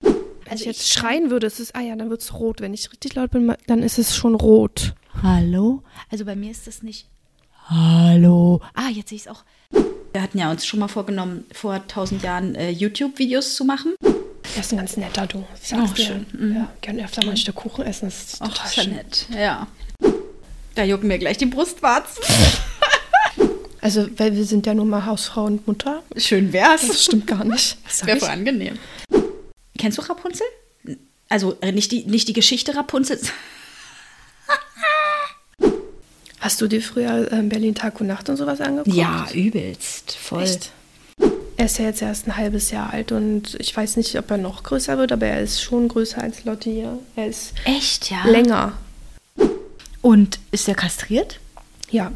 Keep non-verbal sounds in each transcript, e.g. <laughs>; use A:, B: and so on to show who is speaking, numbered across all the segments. A: Wenn also ich jetzt ich schreien würde, es ist, ah ja, dann wird es rot. Wenn ich richtig laut bin, dann ist es schon rot.
B: Hallo? Also bei mir ist das nicht Hallo. Ah, jetzt sehe ich es auch. Wir hatten ja uns schon mal vorgenommen, vor tausend Jahren äh, YouTube-Videos zu machen.
A: Das ist ein ganz netter Du. Ich sag's dir. schön. Mhm. Ja, gern öfter mal ein Stück Kuchen essen. Das ist
B: Ach,
A: total
B: ist ja
A: schön.
B: nett. Ja. Da jucken mir gleich die Brustwarzen.
A: Also, weil wir sind ja nur mal Hausfrau und Mutter.
B: Schön wär's.
A: <laughs> Das stimmt gar nicht.
B: Das wäre voll angenehm. Kennst du Rapunzel? Also äh, nicht die, nicht die Geschichte Rapunzel.
A: Hast du dir früher ähm, Berlin Tag und Nacht und sowas angeguckt?
B: Ja, übelst. Voll.
A: Echt? Er ist ja jetzt erst ein halbes Jahr alt und ich weiß nicht, ob er noch größer wird, aber er ist schon größer als Lotti hier. Er ist
B: Echt, ja?
A: länger.
B: Und ist er kastriert?
A: Ja.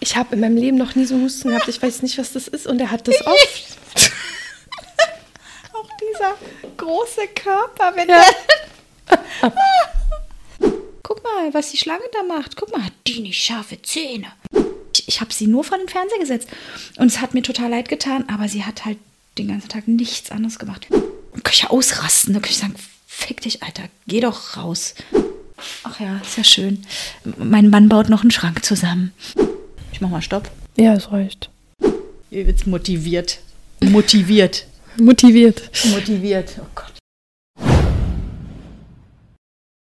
A: Ich habe in meinem Leben noch nie so Husten gehabt. Ich weiß nicht, was das ist und er hat <laughs> das oft.
B: Auch dieser große Körper, wenn er. <laughs> Guck mal, was die Schlange da macht. Guck mal, hat die nicht scharfe Zähne. Ich, ich habe sie nur vor den Fernseher gesetzt. Und es hat mir total leid getan, aber sie hat halt den ganzen Tag nichts anderes gemacht. Und kann ich ja ausrasten. Da kann ich sagen, fick dich, Alter, geh doch raus. Ach ja, ist ja schön. Mein Mann baut noch einen Schrank zusammen. Ich mach mal Stopp.
A: Ja, es reicht.
B: Ihr wird's motiviert. Motiviert.
A: Motiviert.
B: Motiviert. Oh Gott.